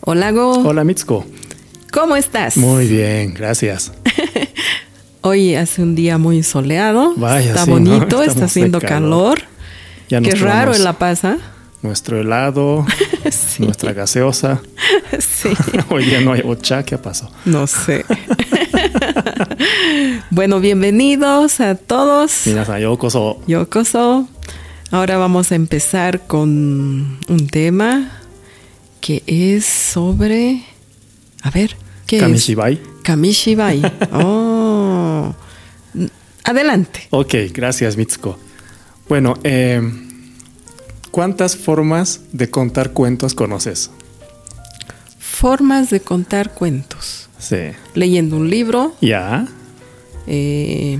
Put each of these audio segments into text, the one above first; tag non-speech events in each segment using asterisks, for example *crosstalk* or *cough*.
Hola, Go. Hola Mitsuko. ¿Cómo estás? Muy bien, gracias. Hoy hace un día muy soleado. Vaya, está sí, ¿no? bonito, está Estamos haciendo de calor. calor. Ya nos Qué raro tomamos en La Paz, ¿ah? Nuestro helado, *laughs* Sí, nuestra gaseosa. *laughs* *laughs* sí. Hoy día no hay ocha, ¿qué pasó? No sé. *laughs* bueno, bienvenidos a todos. Minasan yokoso. Yo Coso. Ahora vamos a empezar con un tema que es sobre. A ver, ¿qué Kamishibai. es? Kamishibai. *laughs* Oh. Adelante. Ok, gracias Mitsuko. Bueno, eh, ¿cuántas formas de contar cuentos conoces? Formas de contar cuentos. Sí. Leyendo un libro. ¿Ya? eh,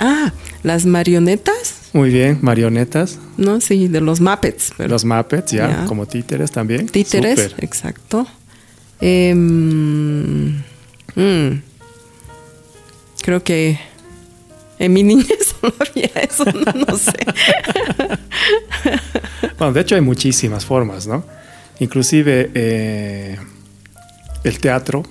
Ah, las marionetas. Muy bien, marionetas, No, sí, de los Muppets. Pero los Muppets, ya, Ya. como títeres también. Títeres, Súper. exacto. Em, mm, creo que en mi *laughs* niñez no había eso, no, no sé. *laughs* Bueno, de hecho hay muchísimas formas, ¿no? Inclusive eh, el teatro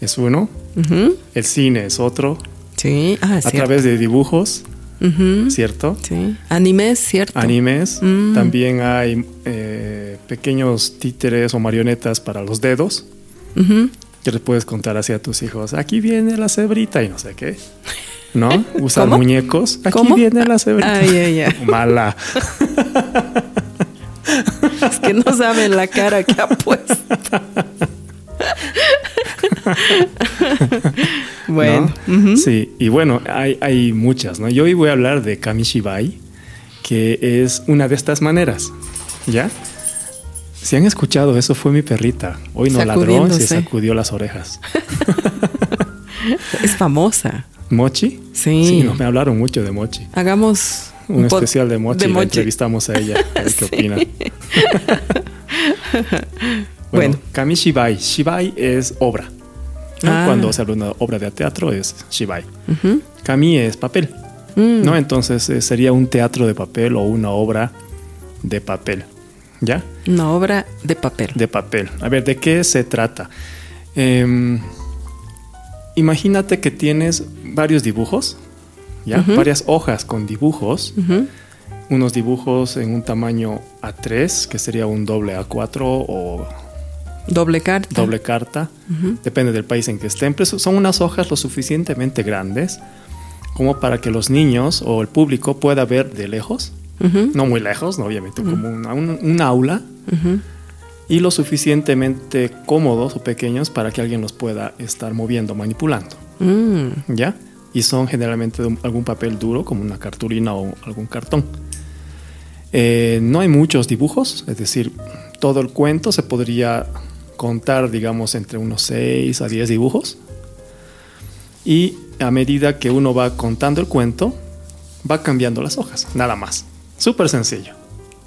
es uno, Ujú, el cine es otro, Sí, ah, a cierto. través de dibujos, Ujú, ¿cierto? sí. Anime, cierto. Animes, Mm. también hay eh, pequeños títeres o marionetas para los dedos Ujú, que les puedes contar así a tus hijos. Aquí viene la cebrita y no sé qué. *laughs* ¿No? Usar ¿Cómo? muñecos. Aquí ¿Cómo? viene la cebrita. Ay, ay, ay. Mala. Es que no saben la cara que ha *laughs* puesto. *laughs* bueno. ¿no? Sí, y bueno, hay, hay muchas, ¿no? Yo hoy voy a hablar de Kamishibai, que es una de estas maneras, ¿ya? Si han escuchado, eso fue mi perrita. Hoy no ladró, se Sacudiéndose. sacudió las orejas. Es famosa. ¿Mochi? Sí. no, me hablaron mucho de Mochi. Hagamos Un pod- especial de Mochi, y la entrevistamos a ella, a ver Sí. qué opina. Bueno. bueno, Kamishibai. Shibai es obra. ¿no? Ah. Cuando se habla de una obra de teatro es Shibai. Ujú. Kami es papel. Mm, ¿no? Entonces eh, sería un teatro de papel o una obra de papel, ¿ya? Una obra de papel. De papel. A ver, ¿de qué se trata? Em, imagínate que tienes varios dibujos, ¿ya? Varias hojas con dibujos, Ujú. unos dibujos en un tamaño A3, que sería un doble A4 o Doble carta. doble carta, depende del país en que estén, pero son unas hojas lo suficientemente grandes como para que los niños o el público pueda ver de lejos Ujú, no muy lejos, ¿no? obviamente, como una- un, un aula y lo suficientemente cómodos o pequeños para que alguien los pueda estar moviendo, manipulando, mm, ¿ya? Y son generalmente de un- algún papel duro, como una cartulina o algún cartón. Eh, no hay muchos dibujos, es decir, todo el cuento se podría contar, digamos, entre unos 6 a 10 dibujos. Y a medida que uno va contando el cuento, va cambiando las hojas, nada más. Súper sencillo,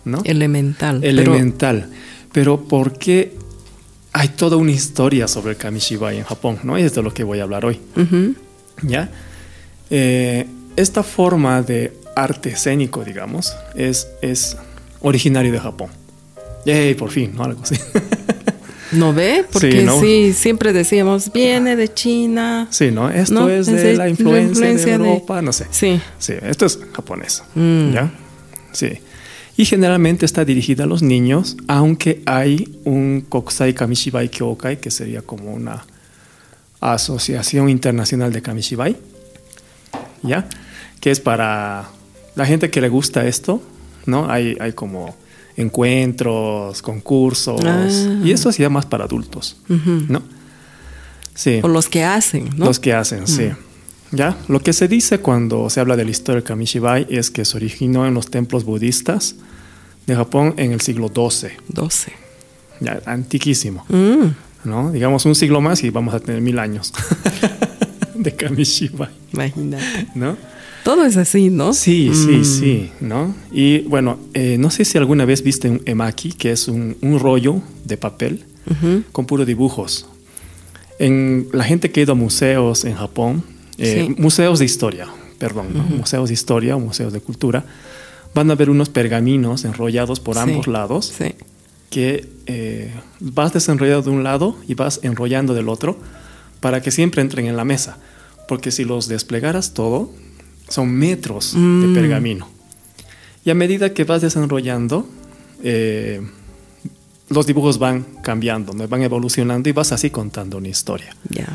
¿no? Eh, Elemental. elemental. Pero, ¿por qué hay toda una historia sobre el Kamishibai en Japón? ¿no? Y es de lo que voy a hablar hoy. Pero, ujú, ¿ya? Eh, esta forma de arte escénico, digamos, es, es originario de Japón. ¡Yay! Por fin, ¿no? Algo así. *laughs* ¿No ve? Porque sí, ¿no? siempre decíamos, viene de China. sí, ¿no? Esto No, es es de de- la influencia, la influencia de- de Europa, no sé. Sí. Sí, esto es japonés. Mm. ¿Ya? Sí. Y generalmente está dirigida a los niños, aunque hay un Kokusai Kamishibai Kyokai, que sería como una asociación internacional de Kamishibai, ¿ya? Que es para la gente que le gusta esto, ¿no? Hay, hay como encuentros, concursos, Ah. y eso sería más para adultos, ujú. ¿no? Sí. O los que hacen, ¿no? Mm. Los que hacen, sí. ¿Ya? Lo que se dice cuando se habla de la historia del Kamishibai es que se originó en los templos budistas de Japón en el siglo XII, 12. ya antiquísimo, Mm, ¿no? Digamos un siglo más y vamos a tener mil años *laughs* de Kamishibai, imagina. ¿no? Todo es así, ¿no? Sí, Mm, sí, sí, ¿no? Y bueno, eh, no sé si alguna vez viste un emaki, que es un, un rollo de papel ujú. con puros dibujos. En la gente que ha ido a museos en Japón, eh, Sí. museos de historia, perdón, ¿no? museos de historia o museos de cultura, van a ver unos pergaminos enrollados por Sí. ambos lados Sí. que eh, vas desenrollando de un lado y vas enrollando del otro para que siempre entren en la mesa. Porque si los desplegaras todo, son metros Mm. de pergamino. Y a medida que vas desenrollando, eh, los dibujos van cambiando, ¿no? van evolucionando y vas así contando una historia. Ya.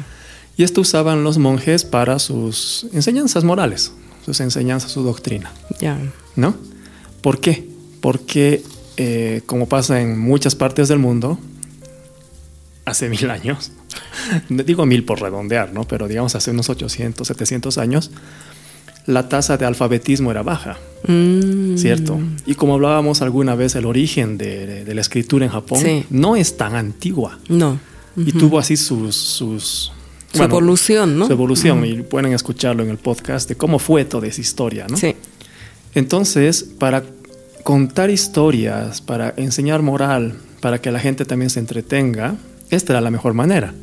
Y esto usaban los monjes para sus enseñanzas morales, sus enseñanzas, su doctrina. Ya. ¿no? ¿Por qué? Porque, eh, como pasa en muchas partes del mundo, hace mil *laughs* años, no digo mil por redondear, ¿no? Pero digamos hace unos 800, 700 años, la tasa de alfabetismo era baja, Mm, ¿cierto? Y como hablábamos alguna vez, el origen de, de- de la escritura en Japón Sí. no es tan antigua No. y tuvo así sus... sus Su bueno, evolución, ¿no? su evolución, y pueden escucharlo en el podcast de cómo fue toda esa historia, ¿no? Sí. Entonces, para contar historias, para enseñar moral, para que la gente también se entretenga, esta era la mejor manera.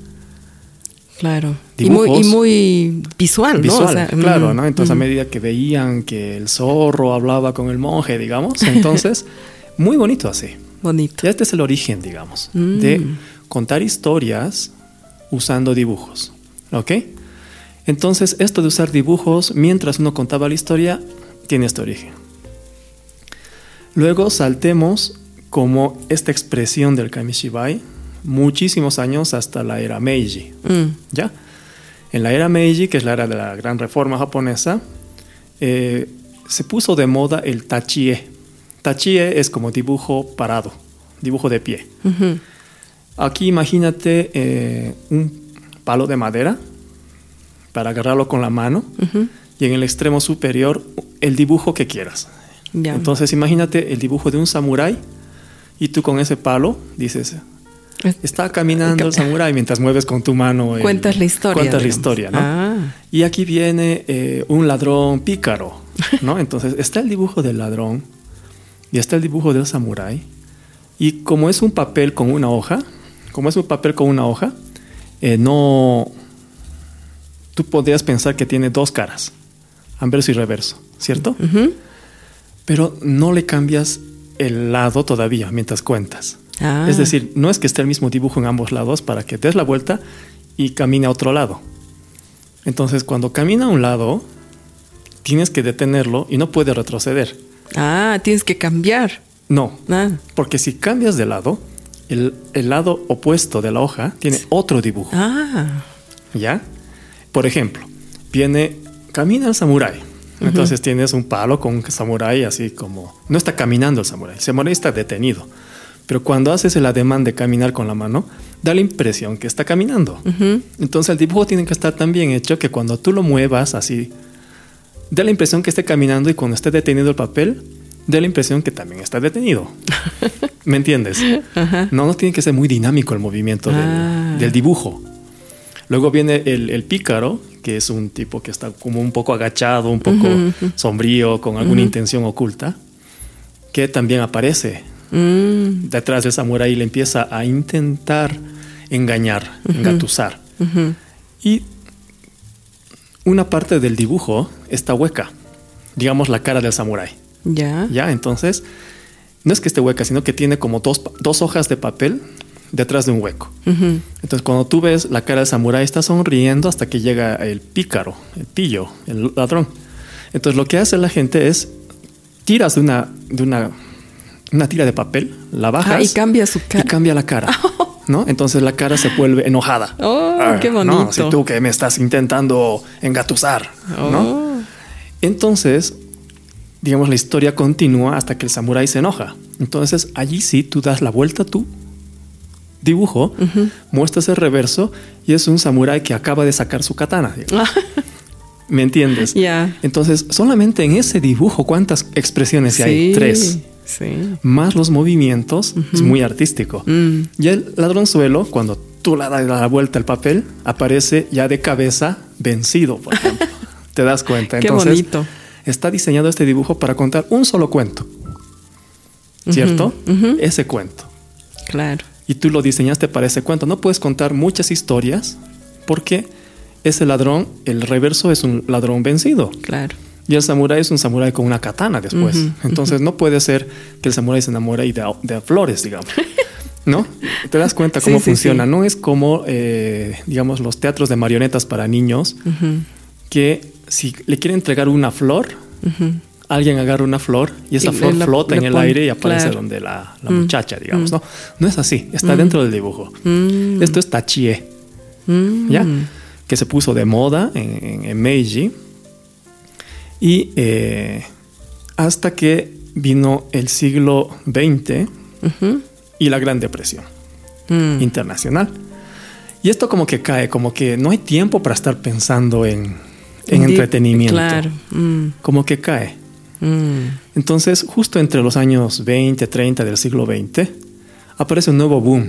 Claro. Y muy, y Dibujos. muy visual, Ah, ¿no? O Visual, sea, claro, mm, ¿no? Entonces, mm. a medida que veían que el zorro hablaba con el monje, digamos, entonces, *laughs* muy bonito así. Bonito. Y este es el origen, digamos, Mm. de contar historias usando dibujos, ¿ok? Entonces, esto de usar dibujos mientras uno contaba la historia tiene este origen. Luego saltemos como esta expresión del Kamishibai muchísimos años hasta la era Meiji, Mm, ¿ya? En la era Meiji, que es la era de la gran reforma japonesa, eh, se puso de moda el tachie. Tachie es como dibujo parado, dibujo de pie. ujú. Aquí imagínate eh, un palo de madera para agarrarlo con la mano Ujú. y en el extremo superior el dibujo que quieras. Ya. Entonces imagínate el dibujo de un samurái y tú con ese palo dices, Es- está caminando el samurái mientras mueves con tu mano. el- cuentas la historia. Cuentas la digamos. historia, ¿no? Ah, Y aquí viene eh, un ladrón pícaro, ¿no? Entonces está el dibujo del ladrón y está el dibujo del samurái. Y como es un papel con una hoja, como es un papel con una hoja, eh, no... Tú podrías pensar que tiene dos caras, anverso y reverso, ¿cierto? ujú. Pero no le cambias el lado todavía mientras cuentas. Ah. Es decir, no es que esté el mismo dibujo en ambos lados para que des la vuelta y camine a otro lado. Entonces, cuando camina a un lado, tienes que detenerlo y no puede retroceder. Ah, tienes que cambiar. No, Ah, porque si cambias de lado, el, el lado opuesto de la hoja tiene otro dibujo, ah. ¿ya? Por ejemplo, viene, camina el samurái. Entonces tienes un palo con un samurái así como... No está caminando el samurái, el samurái está detenido. Pero cuando haces el ademán de caminar con la mano, da la impresión que está caminando. ujú. Entonces el dibujo tiene que estar tan bien hecho que cuando tú lo muevas así, da la impresión que esté caminando y cuando esté detenido el papel, da la impresión que también *laughs* está detenido. ¿Me entiendes? Ajá. No, no tiene que ser muy dinámico el movimiento del- Ah. del, dibujo. Luego viene el, el pícaro, que es un tipo que está como un poco agachado, un poco Ujú, ujú. sombrío, con alguna intención oculta, que también aparece Mm, detrás del samurái y le empieza a intentar engañar, engatusar. ujú. Y una parte del dibujo está hueca, digamos la cara del samurái. Ya. Ya, entonces, no es que esté hueca, sino que tiene como dos, pa- dos hojas de papel detrás de un hueco. Ujú. Entonces, cuando tú ves la cara del samurái, está sonriendo hasta que llega el pícaro, el pillo, el ladrón. Entonces, lo que hace la gente es tiras de una, de una, una tira de papel, la bajas Ah, y cambia su y cara. cambia la *laughs* cara, ¿no? Entonces la cara se vuelve enojada. Oh, Arr, qué No, si bonito. tú que me estás intentando engatusar, ¿no? Oh, *laughs* Entonces, digamos, la historia continúa hasta que el samurái se enoja. Entonces, allí sí tú das la vuelta a tu dibujo, muestras el reverso y es un samurái que acaba de sacar su katana. digamos. ¿Me entiendes? Ya. Entonces, solamente en ese dibujo, ¿cuántas expresiones hay? sí, Tres. Sí. Más los movimientos, es muy artístico. Mm, Y el ladronzuelo, cuando tú le das la vuelta al papel, aparece ya de cabeza vencido, *laughs* por ejemplo. Te das cuenta. Qué Entonces, bonito. Está diseñado este dibujo para contar un solo cuento. ¿Cierto? Ese cuento. Claro. Y tú lo diseñaste para ese cuento. No puedes contar muchas historias porque ese ladrón, el reverso es un ladrón vencido. Claro. Y el samurái es un samurái con una katana después. Ujú, *laughs* Entonces no puede ser que el samurái se enamore y de, de flores, digamos. ¿no? Te das cuenta Sí, cómo sí, funciona, sí. ¿no? Es como, eh, digamos, los teatros de marionetas para niños, Ujú, que si le quieren entregar una flor, ujú. alguien agarra una flor y esa Y le- flor la- flota le en el pone- aire y aparece claro. donde la, la muchacha, digamos, ¿no? No es así, está dentro del dibujo. Mm, Esto es tachie, mm, ¿ya? Que se puso de moda en, en- en Meiji. Y eh, hasta que vino el siglo XX ujú, y la Gran Depresión mm. internacional. Y esto como que cae, como que no hay tiempo para estar pensando en, en Di- entretenimiento. Claro. mm, Como que cae. mm, Entonces, justo entre los años 20, 30 del siglo XX, aparece un nuevo boom,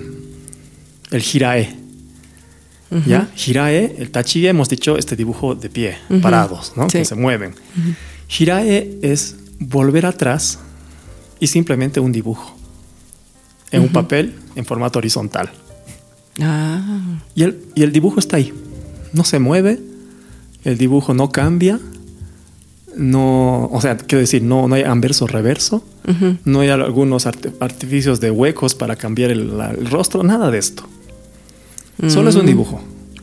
el hirae. ¿Ya? Hirae, el tachi, hemos dicho este dibujo de pie, Ujú. parados, ¿no? Sí. Que se mueven. Hirae es volver atrás y simplemente un dibujo en un papel en formato horizontal. Ah, Y el, y el dibujo está ahí. No se mueve, el dibujo no cambia, no, o sea, quiero decir, no, no hay anverso reverso, ujú, no hay algunos arte- artificios de huecos para cambiar el, la- el rostro, nada de esto. Solo es Mm. un dibujo,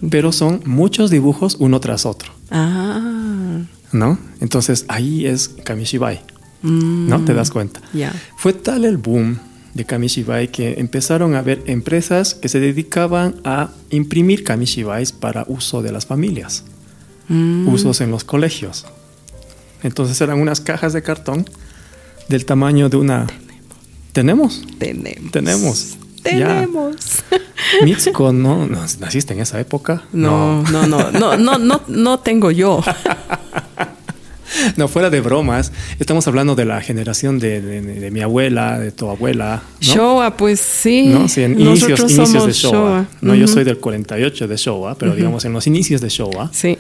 pero son muchos dibujos uno tras otro, ah, ¿no? Entonces ahí es Kamishibai, mm, ¿no? Te das cuenta. Ya. Fue tal el boom de Kamishibai que empezaron a haber empresas que se dedicaban a imprimir Kamishibais para uso de las familias, Mm, usos en los colegios. Entonces eran unas cajas de cartón del tamaño de una... ¿Tenemos? tenemos. Tenemos. Tenemos. *laughs* Mitsuko, ¿no? ¿No ¿Naciste en esa época? No, no, no, no, no, no, no tengo *laughs* yo. No, fuera de bromas. Estamos hablando de la generación de, de- de- de mi abuela, de tu abuela. ¿no? Showa, pues sí. ¿no? Sí, en inicios, Nosotros inicios somos de Showa. No, yo Ujú. soy del 48 de Showa, pero digamos en los inicios de Showa, Sí.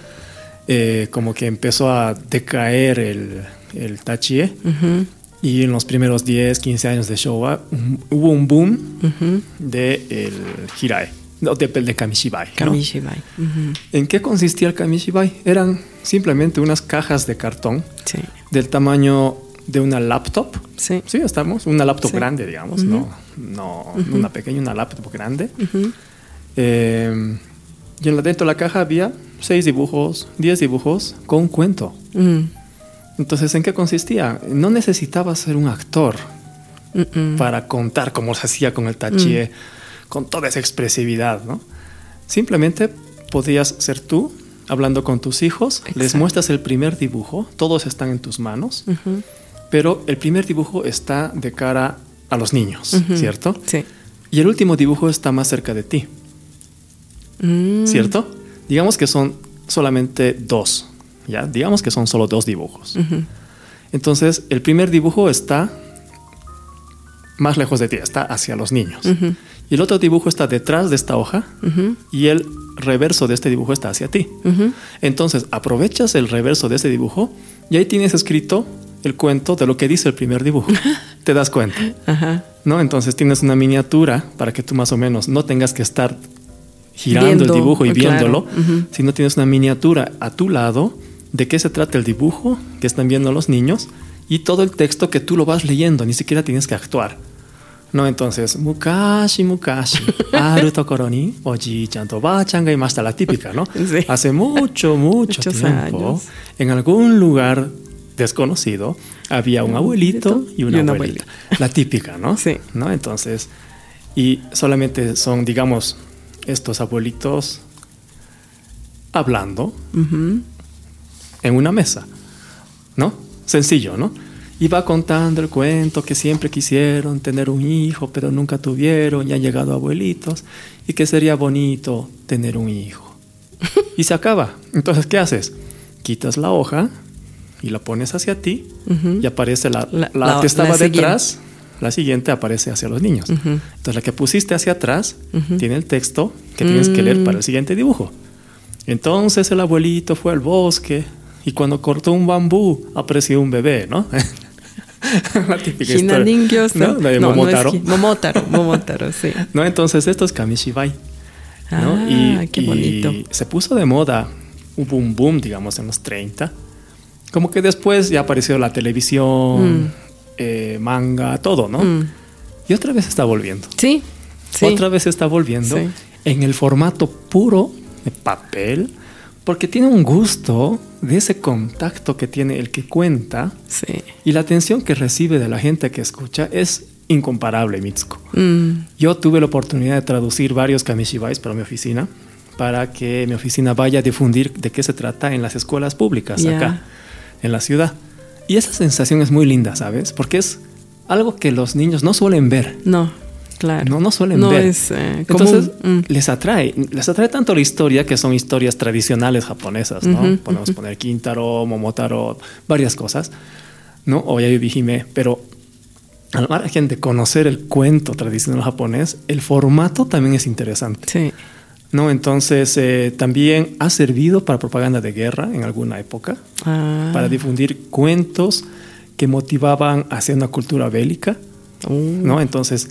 eh, como que empezó a decaer el, el Tachie. ujú, Y en los primeros 10, 15 años de Showa mm, hubo un boom ujú. de el Hirae, no, de, de Kamishibai. ¿no? Kamishibai. ujú, ¿En qué consistía el Kamishibai? Eran simplemente unas cajas de cartón Sí, del tamaño de una laptop. sí. Sí, estamos. Una laptop Sí. grande, digamos, no, no una pequeña, una laptop grande. ujú, Eh, y en la- dentro de la caja había seis dibujos, 10 dibujos con un cuento. mm, Entonces, ¿en qué consistía? No necesitaba ser un actor mm, mm, para contar como se hacía con el tachie, con toda esa expresividad, ¿no? Simplemente podías ser tú hablando con tus hijos, les Exacto. muestras el primer dibujo, todos están en tus manos, ujú, pero el primer dibujo está de cara a los niños, ujú. ¿cierto? Sí. Y el último dibujo está más cerca de ti, Mm, ¿cierto? Digamos que son solamente dos, ¿ya? Digamos que son solo dos dibujos. ujú, Entonces, el primer dibujo está más lejos de ti, está hacia los niños. ujú, Y el otro dibujo está detrás de esta hoja ujú, y el reverso de este dibujo está hacia ti. ujú. Entonces, aprovechas el reverso de este dibujo y ahí tienes escrito el cuento de lo que dice el primer dibujo. Te das cuenta. Ajá. ¿no? Entonces tienes una miniatura para que tú más o menos no tengas que estar girando Viendo, el dibujo y claro, viéndolo, ujú. sino tienes una miniatura a tu lado de qué se trata el dibujo que están viendo los niños y todo el texto que tú lo vas leyendo, ni siquiera tienes que actuar. No, entonces, *laughs* mukashi, mukashi, aru tokoro ni oji-chan to ba-chan ga imashita", la típica, ¿no? *laughs* Sí. Hace mucho, mucho Muchos tiempo, años. en algún lugar desconocido, había un abuelito y una, y una abuelita. La típica, ¿no? Sí. ¿No? Entonces, y solamente son, digamos, estos abuelitos hablando ujú. en una mesa, ¿no? Sencillo, ¿no? Y va contando el cuento que siempre quisieron tener un hijo, pero nunca tuvieron, y han llegado abuelitos, y que sería bonito tener un hijo. Y se acaba. Entonces, ¿qué haces? Quitas la hoja y la pones hacia ti, Ujú. y aparece la, La- la la- que estaba la detrás, la siguiente aparece hacia los niños. Entonces, la que pusiste hacia atrás tiene el texto que tienes que leer Mm. para el siguiente dibujo. Entonces el abuelito fue al bosque y cuando cortó un bambú apareció un bebé, ¿no? *laughs* La típica historia. Hinanin Gyosa. ¿No? La de No, no es Momotaro. Hi- Momotaro, Momotaro, sí. *laughs* No, entonces esto es Kamishibai. ¿no? Ah, qué bonito. y se puso de moda un boom boom, digamos, en los 30. Como que después ya apareció la televisión, eh, manga, todo, ¿no? Mm. Y otra vez está volviendo. Sí, Sí. otra vez se está volviendo Sí. en el formato puro de papel, porque tiene un gusto de ese contacto que tiene el que cuenta Sí. y la atención que recibe de la gente que escucha es incomparable, Mitsuko. Mm, Yo tuve la oportunidad de traducir varios kamishibais para mi oficina, para que mi oficina vaya a difundir de qué se trata en las escuelas públicas Ya. acá, en la ciudad. Y esa sensación es muy linda, ¿sabes? Porque es algo que los niños no suelen ver. no, claro. No, no suelen No ver. es eh, común. Entonces, Mm, les atrae. Les atrae tanto la historia que son historias tradicionales japonesas, ¿no? Ujú, Podemos poner Kintaro, Momotaro, varias cosas, ¿no? O Yayoi Hime, pero al margen de conocer el cuento tradicional japonés, el formato también es interesante, Sí. ¿no? Entonces, eh, también ha servido para propaganda de guerra en alguna época, Ah, para difundir cuentos que motivaban hacia una cultura bélica. uh, ¿no? Entonces,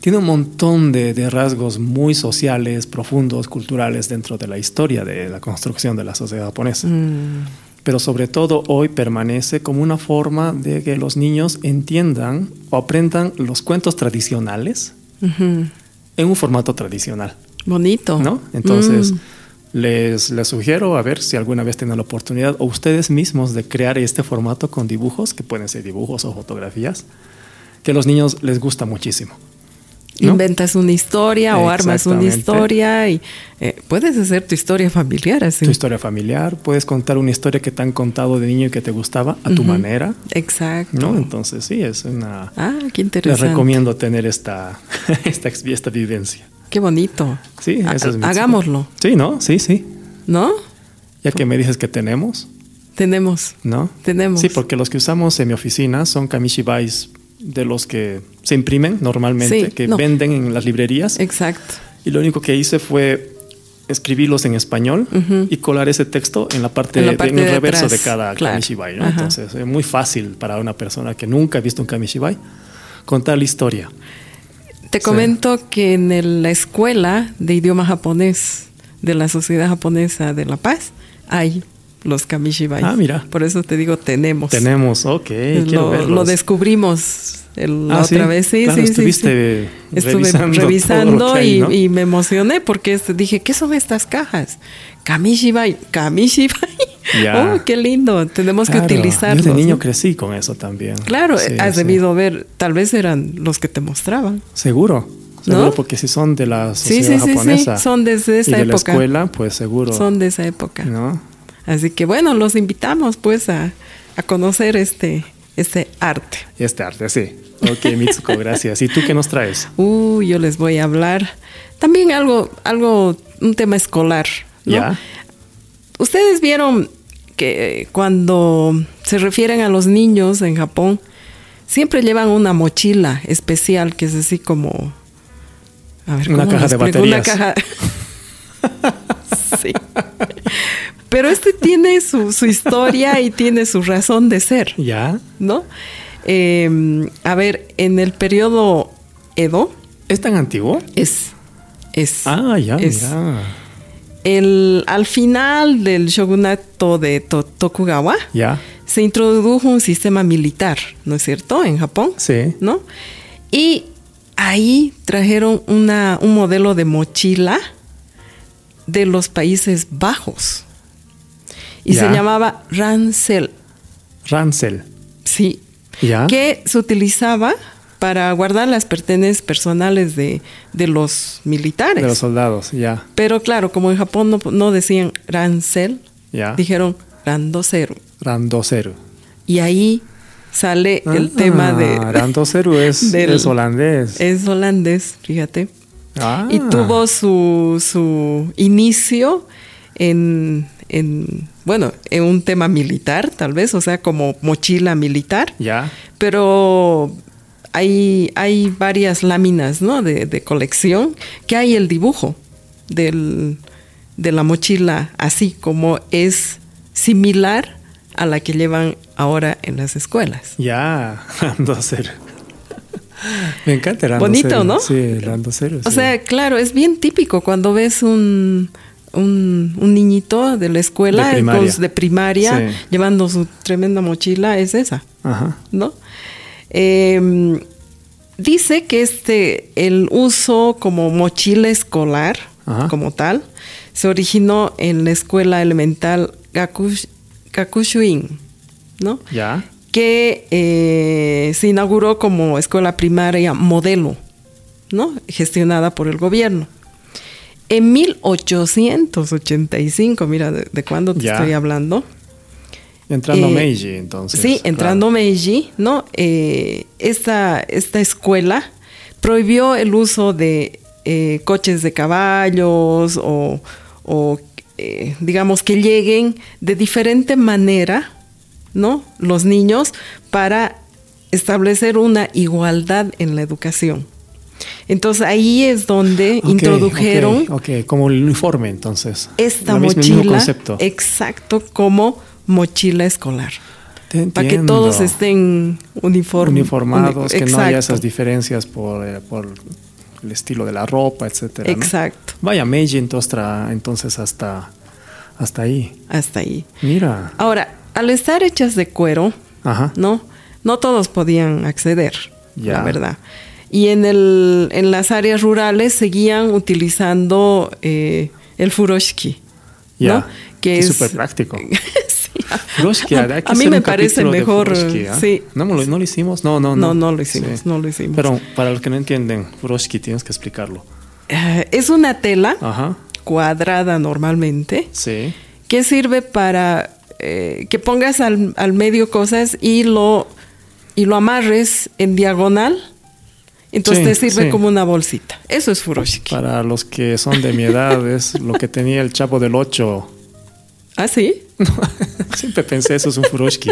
tiene un montón de, de rasgos muy sociales, profundos, culturales dentro de la historia de la construcción de la sociedad japonesa. mm, Pero sobre todo hoy permanece como una forma de que los niños entiendan o aprendan los cuentos tradicionales ujú. en un formato tradicional, Bonito. ¿no? Entonces... Oh. Mm, Les, les sugiero a ver si alguna vez tienen la oportunidad o ustedes mismos de crear este formato con dibujos, que pueden ser dibujos o fotografías, que a los niños les gusta muchísimo. ¿no? Inventas una historia o armas una Exactamente. historia y eh, puedes hacer tu historia familiar así. tu historia familiar, puedes contar una historia que te han contado de niño y que te gustaba a tu Ujú. manera, Exacto. ¿no? Entonces sí, es una... Ah, qué Les interesante. recomiendo tener esta, *laughs* esta, ex- esta vivencia. Qué bonito. Sí, Ha- eso es mi- Hagámoslo, Sí, ¿no? Sí, sí. ¿no? Ya que me dices que tenemos, Tenemos. ¿no? Tenemos. Sí, porque los que usamos en mi oficina son kamishibais de los que se imprimen normalmente, Sí, que no. venden en las librerías. Exacto. Y lo único que hice fue escribirlos en español Ujú. y colar ese texto en la parte, En la de- parte en el de reverso atrás, de cada claro. kamishibai. ¿no? Ajá. Entonces es muy fácil para una persona que nunca ha visto un kamishibai contar la historia. Te Sí. comento que en el- la escuela de idioma japonés de la Sociedad Japonesa de La Paz hay los kamishibai. Ah, mira. Por eso te digo tenemos. Tenemos, ok, quiero Pues, lo, verlos. lo descubrimos el- la Ah, otra sí, vez. Sí, claro, sí, sí, estuviste *laughs* sí. Estuve revisando todo revisando, lo que hay, y, ¿no? y me emocioné porque este- dije, ¿qué son estas cajas? Kamishibai, Kamishibai. *laughs* Ya. Oh, qué lindo. Tenemos Claro, que utilizarlos. Yo de niño ¿no? crecí con eso también. Claro, Sí, has sí. debido ver, tal vez eran los que te mostraban. Seguro. Seguro, ¿No? porque si son de la Sí, sociedad sí, sí, sí, japonesa son desde esa y de época. la escuela, pues seguro. Son de esa época. ¿no? Así que bueno, los invitamos pues a, a conocer este, este arte. Este arte, sí. Ok, Mitsuko, gracias. ¿Y tú qué nos traes? Uh, yo les voy a hablar también algo, algo, un tema escolar. *laughs* ¿no? Ya. Ustedes vieron que eh, cuando se refieren a los niños en Japón, siempre llevan una mochila especial que es así como... A ver, Una ¿cómo caja les de explico? Una baterías. caja... *laughs* sí. Pero este tiene su, su historia y tiene su razón de ser. Ya. ¿no? Eh, a ver, en el periodo Edo ¿Es tan antiguo? es. Es. Ah, ya, es. mira. El, al final del shogunato de To- Tokugawa Ya. se introdujo un sistema militar, ¿no es cierto? En Japón, Sí. ¿no? Y ahí trajeron una, un modelo de mochila de los Países Bajos. Y Ya. se llamaba Ransel. Ransel. Sí, Ya. que se utilizaba para guardar las pertenencias personales de, de los militares. De los soldados, ya. Pero claro, como en Japón no, no decían ransel, Ya. dijeron randoseru. Randoseru. Y Y ahí sale Ah, el tema de... Randoseru es, del- es holandés. *laughs* Es holandés, fíjate. Ah. Y tuvo su, su inicio en, en, bueno, en un tema militar, tal vez, o sea, como mochila militar. Ya. pero hay, hay varias láminas ¿no? de, de colección que hay el dibujo del, de la mochila así como es similar a la que llevan ahora en las escuelas. Ya. *laughs* Randoseru. Me encanta el Bonito, Randoseru. ¿no? Sí, Randoseru. O sí. sea, claro, es bien típico cuando ves un, un, un niñito de la escuela con- De primaria. de primaria Sí. llevando su tremenda mochila, es esa. Ajá. ¿no? Eh, Dice que este, el uso como mochila escolar, Ajá. como tal, se originó en la escuela elemental Gakush- Gakushuin, ¿no? Ya. que eh, se inauguró como escuela primaria modelo, ¿no? Gestionada por el gobierno. En 1885, mira de, de cuándo te Ya. estoy hablando. Entrando Eh, Meiji, entonces. sí, claro. entrando Meiji, ¿no? Eh, esta, esta escuela prohibió el uso de eh, coches de caballos o, o, eh, digamos que lleguen de diferente manera, ¿no? Los niños para establecer una igualdad en la educación. Entonces ahí es donde Ok, introdujeron Ok, ok, como el uniforme, entonces. esta Lo mismo, el mochila mismo concepto. exacto como mochila escolar. Te Para que entiendo. todos estén uniform- uniformados, uni- que no haya esas exacto, diferencias por, eh, por el estilo de la ropa, etcétera. ¿no? Exacto, Vaya Meiji entonces, tra- entonces hasta, hasta ahí. hasta ahí. Mira. Ahora, al estar hechas de cuero, Ajá. ¿no? No todos podían acceder, Ya. la verdad. Y en, el, en las áreas rurales seguían utilizando eh, el furoshiki. Ya. ¿no? Que Qué es súper práctico. *laughs* Sí. Broski, a, hay que a mí hacer me un parece capítulo de mejor. Broski, ¿ah? Sí. No, me lo- no lo hicimos. No, no, No, no. no lo hicimos, no lo hicimos. Pero para los que no entienden, Broski tienes que explicarlo. Eh, es una tela Ajá. cuadrada normalmente Sí. que sirve para eh, que pongas al, al medio cosas y lo, y lo amarres en diagonal. Entonces Sí, te sirve sí. como una bolsita. Eso es furoshiki. Para los que son de mi edad, es lo que tenía el Chapo del 8. ¿Ah, sí? *laughs* Siempre pensé eso es un furoshiki.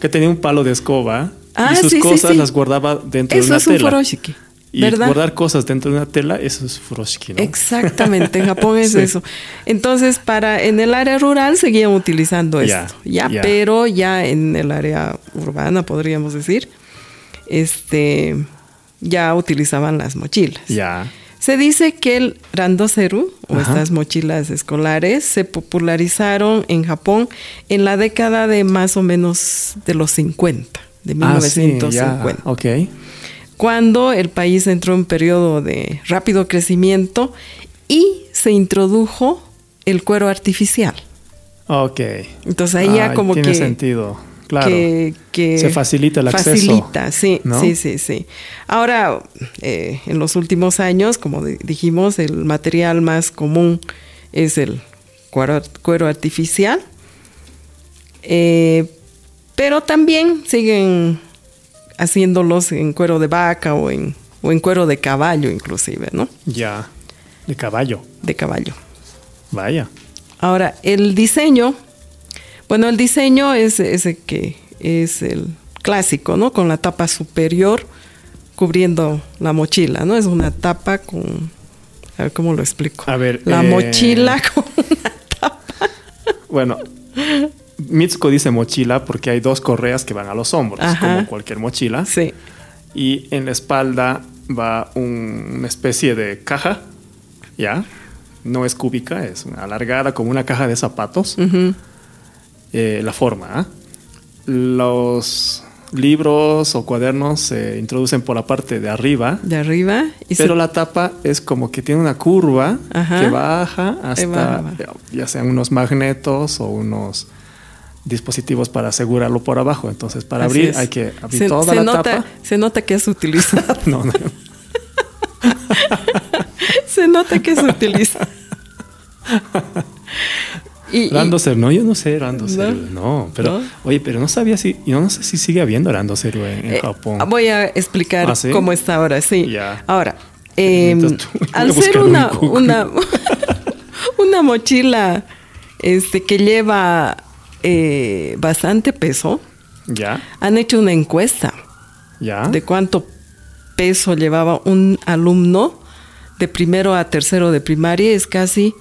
Que tenía un palo de escoba Ah, y sus sí, sí, cosas sí. las guardaba dentro de Eso una es un tela. furoshiki. y ¿Verdad? guardar cosas dentro de una tela, eso es furoshiki, ¿no? Exactamente, en Japón es *laughs* Sí. eso. Entonces, para en el área rural seguían utilizando Ya, esto, ya, ya. pero ya en el área urbana podríamos decir, este, ya utilizaban las mochilas. Ya. Se dice que el randoseru o Ajá. estas mochilas escolares se popularizaron en Japón en la década de más o menos de los 50, de Ah, sí, ya. 1950 Ok. cuando el país entró en un periodo de rápido crecimiento y se introdujo el cuero artificial. Ok. Entonces ahí ya Ay, como tiene que, sentido. Claro. que- que Se facilita el acceso, Facilita, sí, ¿no? sí, sí, sí. Ahora, eh, en los últimos años, como di- dijimos, el material más común es el cuero, ar- cuero artificial. Eh, pero también siguen haciéndolos en cuero de vaca o en, o en cuero de caballo inclusive, ¿no? Ya. De caballo. De caballo. Vaya. Ahora, el diseño, bueno, el diseño es ese que es el clásico, ¿no? Con la tapa superior cubriendo la mochila, ¿no? Es una tapa con, a ver cómo lo explico. A ver, La eh, mochila *laughs* con una tapa. Bueno, Mitsuko dice mochila porque hay dos correas que van a los hombros, Ajá. como cualquier mochila. Sí, Y en la espalda va un- una especie de caja, ¿ya? No es cúbica, es una alargada como una caja de zapatos. ujú, eh, la forma. ¿ah? Los libros o cuadernos se introducen por la parte de arriba, de arriba y se- pero la tapa es como que tiene una curva Ajá. que baja hasta baja, baja. ya sean unos magnetos o unos dispositivos para asegurarlo por abajo. Entonces, para así abrir es. hay que abrir Se- toda se la nota, tapa. *laughs* Se nota que se utiliza. No, no. *laughs* se nota que se *laughs* utiliza. Y- y- Randoser, no, yo no sé Randoser, no, pero ¿No? oye, pero no sabía si, yo no sé si sigue habiendo Randoser en, en Eh, Japón. Voy a explicar ¿Ah, sí? cómo está ahora, sí. Ya. Ahora, eh, Mientras tú- voy a al ser buscar un una, cucu. *laughs* una, *laughs* una mochila este, que lleva eh, bastante peso, Ya, han hecho una encuesta ya. de cuánto peso llevaba un alumno de primero a tercero de primaria. Es casi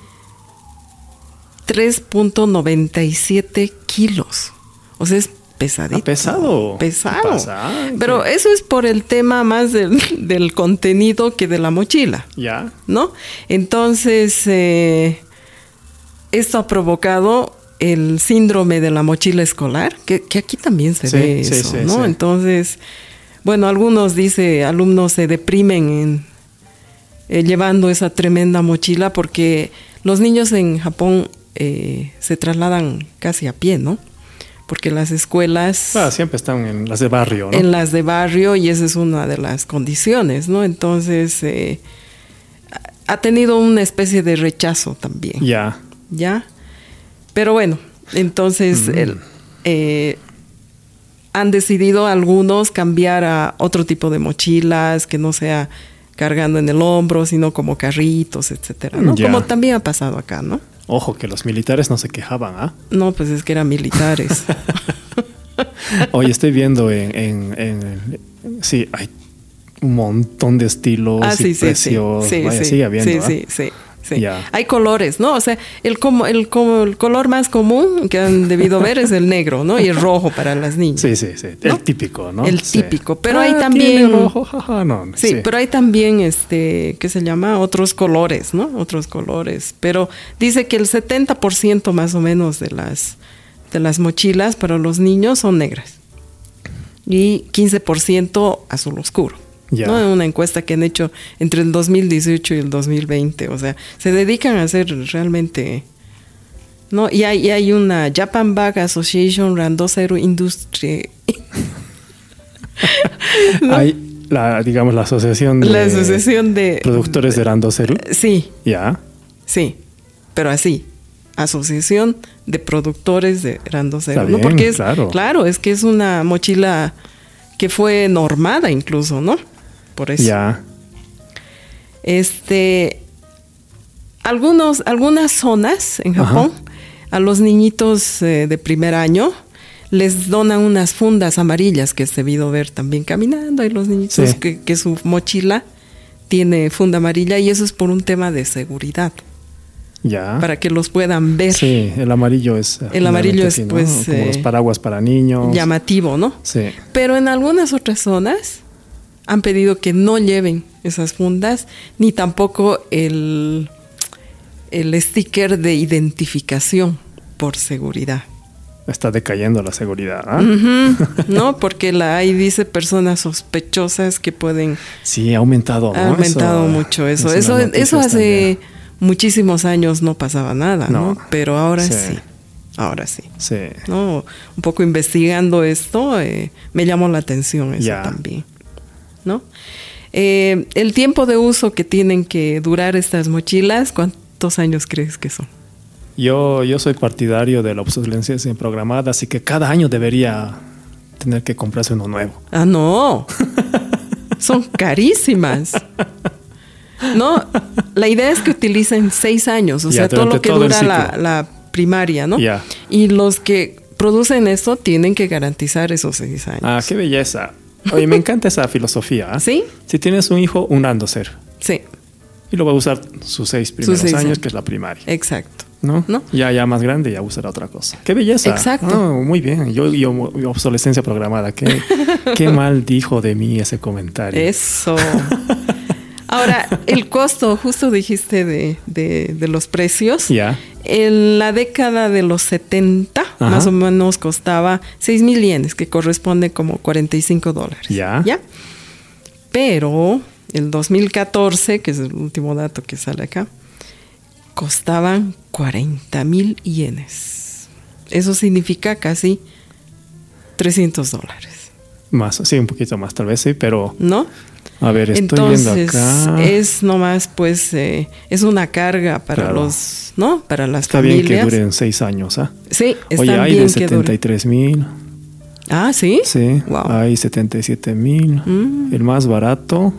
3.97 kilos. O sea, es pesadito. Ah, pesado. Pesado. Pasante. Pero eh, eso es por el tema más del, del contenido que de la mochila, Ya. ¿no? Entonces, eh, esto ha provocado el síndrome de la mochila escolar, que, que aquí también se Sí, ve sí, eso, sí, ¿no? sí. Entonces, Bueno, algunos, dice, alumnos se deprimen en, eh, llevando esa tremenda mochila porque los niños en Japón eh, se trasladan casi a pie, ¿no? Porque las escuelas... Ah, siempre están en las de barrio, ¿no? En las de barrio y esa es una de las condiciones, ¿no? Entonces, eh, ha tenido una especie de rechazo también. Ya. ¿Ya? Pero bueno, entonces Mm. el- eh, han decidido algunos cambiar a otro tipo de mochilas que no sea cargando en el hombro, sino como carritos, etcétera, ¿no? Ya. Como también ha pasado acá, ¿no? Ojo, que los militares no se quejaban, *laughs* ¿ah? No, pues es que eran *laughs* militares. Oye, estoy viendo en, en- en- Sí, hay un montón de estilos Ah, y sí, sí, sí. precios. Sí, Vaya, sí, sigue habiendo, sí, ¿ah? sí, sí, sí. Ya. Hay colores, ¿no? O sea, el, como, el, como, el color más común que han debido ver es el negro, ¿no? Y el rojo para las niñas. Sí, sí, sí. ¿No? El típico, ¿no? El Sí. típico, pero Ah, hay tiene también- rojo, jaja, no, Sí, sí. pero hay también, este, ¿qué se llama? Otros colores, ¿no? Otros colores. Pero dice que el 70% más o menos de las, de las mochilas para los niños son negras. Y 15% azul oscuro. Ya. ¿no? En Una encuesta que han hecho entre el 2018 y el 2020. O sea, se dedican a hacer realmente... ¿no? Y, hay, y hay una Japan Bag Association Randosero Industry. *laughs* Hay, la, digamos, la asociación de La asociación de... productores de Randoceru. Sí, Ya. Sí, pero así, Asociación de Productores de Rando Cero, Está ¿no? bien, Porque es, claro. claro. es que es una mochila que fue normada incluso, ¿no? Por eso. Ya. Este, algunos, algunas zonas en Japón, a los niñitos eh, de primer año les donan unas fundas amarillas que he debido ver también caminando. Hay los niñitos Sí. que, que su mochila tiene funda amarilla y eso es por un tema de seguridad Ya. para que los puedan ver. Ah. Sí, el amarillo es. El amarillo generalmente es, así, ¿no? pues, Como eh, los paraguas para niños. Llamativo, ¿no? Sí. Pero en algunas otras zonas han pedido que no lleven esas fundas, ni tampoco el, el sticker de identificación por seguridad. Está decayendo la seguridad. ¿ah? Ujú, ¿No? *laughs* Porque la ahí dice personas sospechosas que pueden... Sí, ha aumentado. ¿no? Ha aumentado Oh, Eso- mucho eso. en Eso, las noticias eso hace también. muchísimos años no pasaba nada, ¿no? No. Pero ahora Sí. sí. Ahora sí. Sí. ¿no? Un poco investigando esto, eh, me llamó la atención eso Ya. también, ¿no? Eh, el tiempo de uso que tienen que durar estas mochilas, ¿cuántos años crees que son? Yo, yo soy partidario de la obsolescencia sin programada, así que cada año debería tener que comprarse uno nuevo. Ah, *laughs* no, son carísimas. No, la idea es que utilicen seis años, o Ya, sea, todo durante lo que todo el dura la, ciclo. la primaria, ¿no? Ya. Y los que producen esto tienen que garantizar esos seis años. Ah, qué belleza. Oye, me encanta esa filosofía. ¿ah? ¿Sí? Si tienes un hijo, un andocer. Sí, Y lo va a usar sus seis primeros seis años, años. que es la primaria. exacto. ¿No? ¿No? Ya, ya más grande, ya usará otra cosa. ¡Qué belleza! Exacto. No, muy bien. Yo, yo, yo obsolescencia programada. *laughs* Qué, qué mal dijo de mí ese comentario. Eso. Ahora, el costo, justo dijiste de, de- de los precios. Ya. En la década de los 70, Ajá. más o menos costaba 6 mil yenes, que corresponde como 45 dólares. Ya. ¿Ya? Pero el 2014, que es el último dato que sale acá, costaban 40 mil yenes. Eso significa casi 300 dólares, Más, sí, un poquito más tal vez, sí, pero ¿no? a ver, estoy Entonces viendo acá. es nomás pues eh, es una carga para Claro. los no para las Está bien familias. que duren seis años, ¿ah? Sí, está Oye, hay bien de que duren. 73 mil, Ah, sí. Mm. sí, Wow. hay 77 mil. El más barato,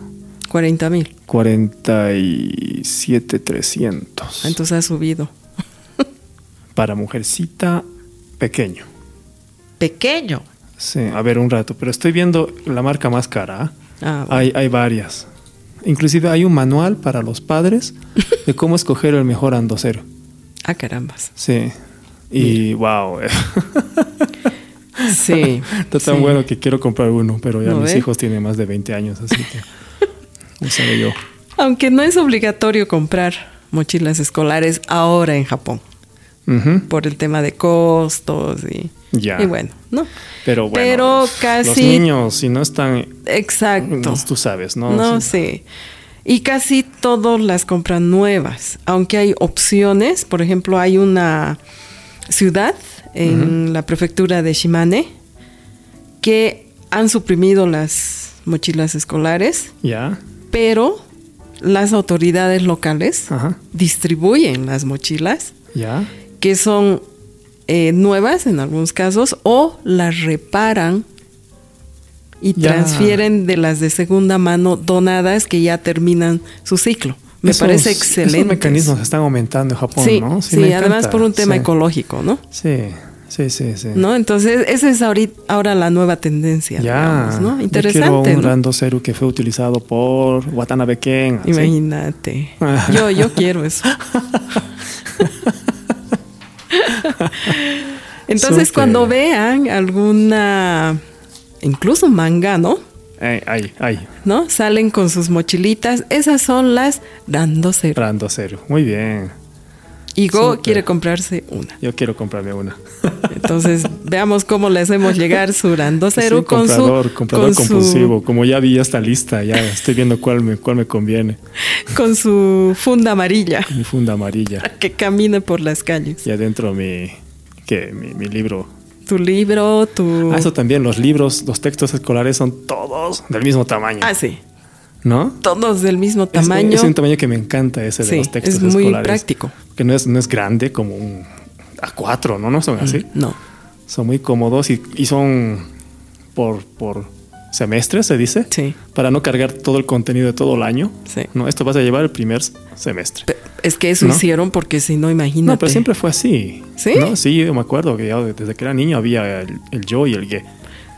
40 mil. 47,300. Entonces ha subido. Para mujercita, pequeño. Pequeño. Sí, a ver un rato, pero estoy viendo la marca más cara. ¿ah? Ah, Hay, hay varias. Inclusive hay un manual para los padres de cómo escoger el mejor andocero. ah, carambas. Sí. Y wow, Sí. *laughs* está tan sí. bueno que quiero comprar uno, pero ya ¿No mis ve? hijos tienen más de 20 años, así que *laughs* usaré yo. Aunque no es obligatorio comprar mochilas escolares ahora en Japón Ujú. por el tema de costos y Ya. Y bueno, ¿no? Pero bueno, Pero los casi- niños, si no están, Exacto. tú sabes, ¿no? No Sí. sé. Y casi todas las compran nuevas, aunque hay opciones. Por ejemplo, hay una ciudad en la prefectura de Shimane que han suprimido las mochilas escolares, Ya, pero las autoridades locales ajá, distribuyen las mochilas ya, que son eh, nuevas en algunos casos o las reparan y Ya. transfieren de las de segunda mano donadas que ya terminan su ciclo. Me Esos- parece excelente. Esos mecanismos están aumentando en Japón, sí, ¿no? sí, me encanta. además por un tema Sí. ecológico, ¿no? Sí, sí, sí, sí. ¿No? Entonces, esa es ahorita, ahora la nueva tendencia, Ya, digamos, ¿no? Yo Interesante, quiero un ¿no? Rando Zero que fue utilizado por Watanabe Ken. así. Imagínate. Yo, yo quiero eso. Entonces, Súper. cuando vean alguna, incluso manga, ¿no? Ay, ay, ay, ¿No? Salen con sus mochilitas. Esas son las dando cero. Rando Zero. Muy bien. Y Go Súper. quiere comprarse una. Yo quiero comprarme una. Entonces, *laughs* veamos cómo le hacemos llegar su dando cero Sí, con comprador, su. comprador con su- compulsivo. Como ya vi esta lista, ya estoy viendo cuál me, cuál me conviene. con su funda amarilla *laughs* Mi funda amarilla. que camina por las calles. Y adentro mi, ¿qué? mi, mi libro. Tu libro, tu. Ah, eso también, los libros, los textos escolares son todos del mismo tamaño. Ah, sí. ¿No? todos del mismo Es- tamaño. Es, un tamaño que me encanta ese de Sí, los textos es muy escolares. práctico. Que no es, no es grande como un A4, ¿no? No son así. Mm, No. Son muy cómodos y, y son por, por semestre, se dice. Sí. Para no cargar todo el contenido de todo el año. Sí. No, esto vas a llevar el primer semestre. Pe- Es que eso ¿No? hicieron porque si no, imagínate. No, pero siempre fue así. ¿Sí? ¿No? Sí, yo me acuerdo que ya desde que era niño había el, el yo y el que.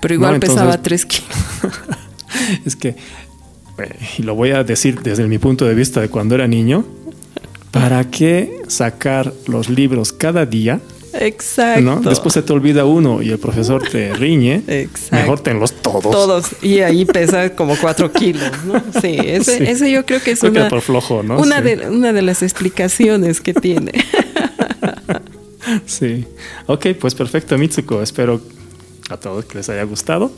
Pero igual No, entonces- pesaba 3 *laughs* kilos. es que, eh, y lo voy a decir desde mi punto de vista de cuando era niño, ¿para qué sacar los libros cada día? Exacto. ¿no? Después se te olvida uno y el profesor *laughs* te riñe. Exacto. Mejor tenlos todos. Todos. Y ahí pesa como 4 kilos, ¿no? Sí, ese, Sí. ese yo creo que es Creo que una, por flojo, ¿no? una, Sí. de, una de las explicaciones que tiene. *laughs* *laughs* Sí. Ok, pues perfecto, Mitsuko. Espero a todos que les haya gustado.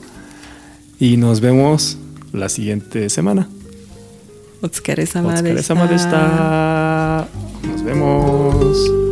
Y nos vemos la siguiente semana. Otsukare-sama Nos deshita. Nos vemos.